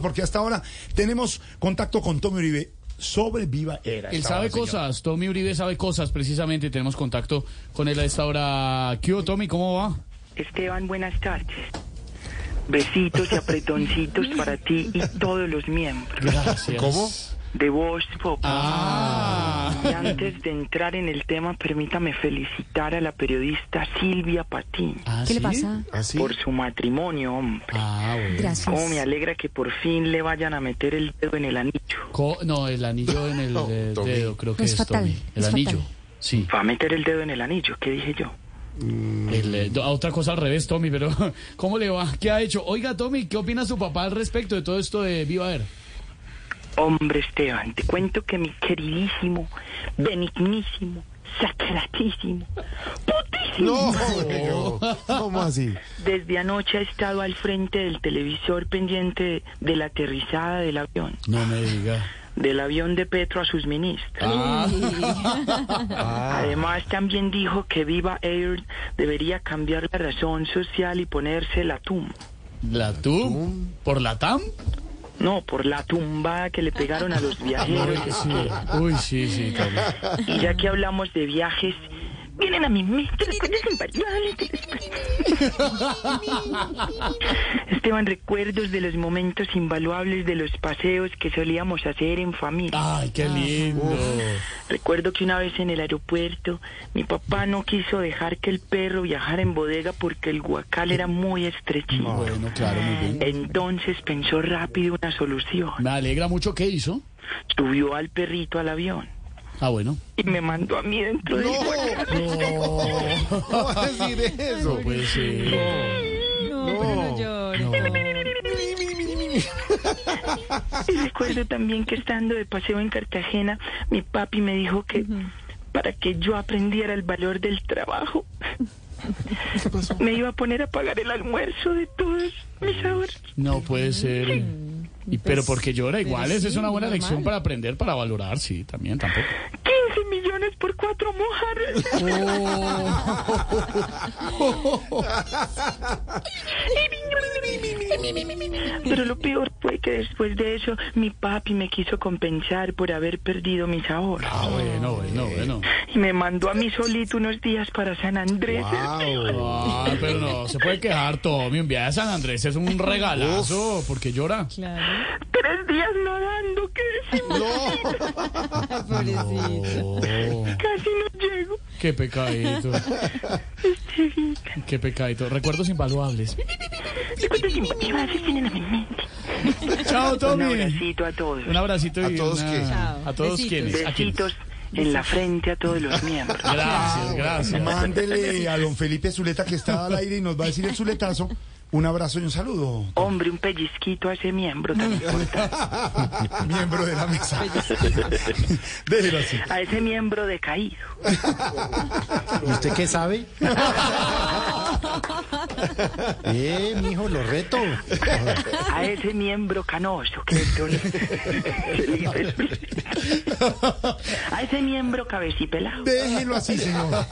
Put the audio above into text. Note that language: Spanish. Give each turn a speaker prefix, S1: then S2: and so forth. S1: porque hasta ahora tenemos contacto con Tommy Uribe sobre Viva Era.
S2: Él
S1: Esta
S2: sabe
S1: hora, señor.
S2: cosas, Tommy Uribe sabe cosas, precisamente tenemos contacto con él a esta hora. ¿Qué hubo, Tommy? ¿Cómo va?
S3: Esteban, buenas tardes. Besitos y apretoncitos para ti y todos los miembros
S2: Gracias.
S4: ¿Cómo?
S3: de Voz Pop.
S2: Ah,
S3: Y antes de entrar en el tema, permítame felicitar a la periodista Silvia Patín
S2: ¿Ah,
S5: ¿Qué le
S2: sí?
S5: pasa?
S4: ¿Así?
S3: por su matrimonio, hombre.
S2: Ah, bueno.
S5: Gracias.
S3: Cómo Oh, me alegra que por fin le vayan a meter el dedo en el anillo.
S2: Co- no, el anillo en el
S4: No,
S2: eh,
S4: Tommy.
S2: dedo, creo que
S5: No, es
S2: es,
S5: fatal,
S2: Tommy. El
S5: es
S2: anillo.
S5: fatal.
S2: Sí,
S3: Va a meter el dedo en el anillo, ¿qué dije yo?
S2: el, eh, do- otra cosa al revés, Tommy, pero ¿cómo le va? ¿Qué ha hecho? Oiga, Tommy, ¿qué opina su papá al respecto de todo esto de Viva Air?
S3: Hombre Esteban, te cuento que mi queridísimo, benignísimo, sacratísimo,
S4: No,
S3: putísimo.
S4: pero, ¿cómo así?
S3: Desde anoche ha estado al frente del televisor pendiente de la aterrizada del avión,
S2: No me diga.
S3: del avión de Petro a sus ministros.
S2: Ah,
S3: Además también dijo que Viva Air debería cambiar la razón social y ponerse la tumba.
S2: ¿La TUM? ¿Por la TAM?
S3: No, por la tumbada que le pegaron a los viajeros.
S2: Sí. Uy, sí, sí, Tommy.
S3: Y ya que hablamos de viajes, vienen a mi mente recuerdos invariables de los- Esteban, recuerdos de los momentos invaluables de los paseos que solíamos hacer en familia.
S2: Ay, qué lindo.
S3: Recuerdo que una vez en el aeropuerto, mi papá no quiso dejar que el perro viajara en bodega porque el guacal era muy estrechito.
S2: Ah, Bueno, claro, muy bien.
S3: Entonces pensó rápido una solución.
S2: Me alegra mucho que hizo.
S3: Subió al perrito al avión
S2: Ah, bueno.
S3: y me mandó a mí dentro del guacal.
S4: ¿Cómo va a decir eso?
S2: Pues sí.
S5: No, pero no llores.
S3: Y recuerdo también que estando de paseo en Cartagena, mi papi me dijo que para que yo aprendiera el valor del trabajo, me iba a poner a pagar el almuerzo de todos mis ahorros.
S2: No puede ser. Y, pero porque llora igual,
S5: pero
S2: esa es
S5: sí,
S2: una buena
S5: normal.
S2: lección para aprender, para valorar, sí, también tampoco.
S3: 15 millones por cuatro mojarras. Pero lo peor fue que después de eso, mi papi me quiso compensar por haber perdido mis ahorros.
S2: Ah, bueno, bueno, bueno.
S3: Y me mandó a mí solito unos días para San Andrés.
S4: Wow.
S2: Ah, pero no, se puede quejar, Tommy. Un viaje a San Andrés es un regalazo. porque llora?
S5: Claro.
S3: Tres días nadando, que
S5: Pobrecito.
S2: Oh,
S3: casi no llego.
S2: qué pecadito. Qué pecadito. Recuerdos invaluables.
S3: Recuerdos invaluables vienen a mi mente.
S2: Chao,
S3: Un
S2: Tommy.
S3: abracito a todos.
S2: Un abracito y
S4: ¿A todos
S2: una-
S4: qué?
S5: Chao.
S2: A todos
S5: Besitos.
S2: quienes. ¿A quiénes?
S3: Besitos en la frente a todos los miembros.
S2: Gracias, gracias.
S1: Mándele a don Felipe Zuleta que está al aire y nos va a decir el zuletazo. Un abrazo y un saludo,
S3: Hombre, un pellizquito a ese miembro tan importante.
S1: miembro de la mesa. Déjelo así.
S3: A ese miembro decaído.
S6: ¿Usted qué sabe? eh, mijo, lo reto.
S3: A ese miembro canoso que es don Felipe. A ese miembro cabecipelado.
S1: Déjelo así, señor.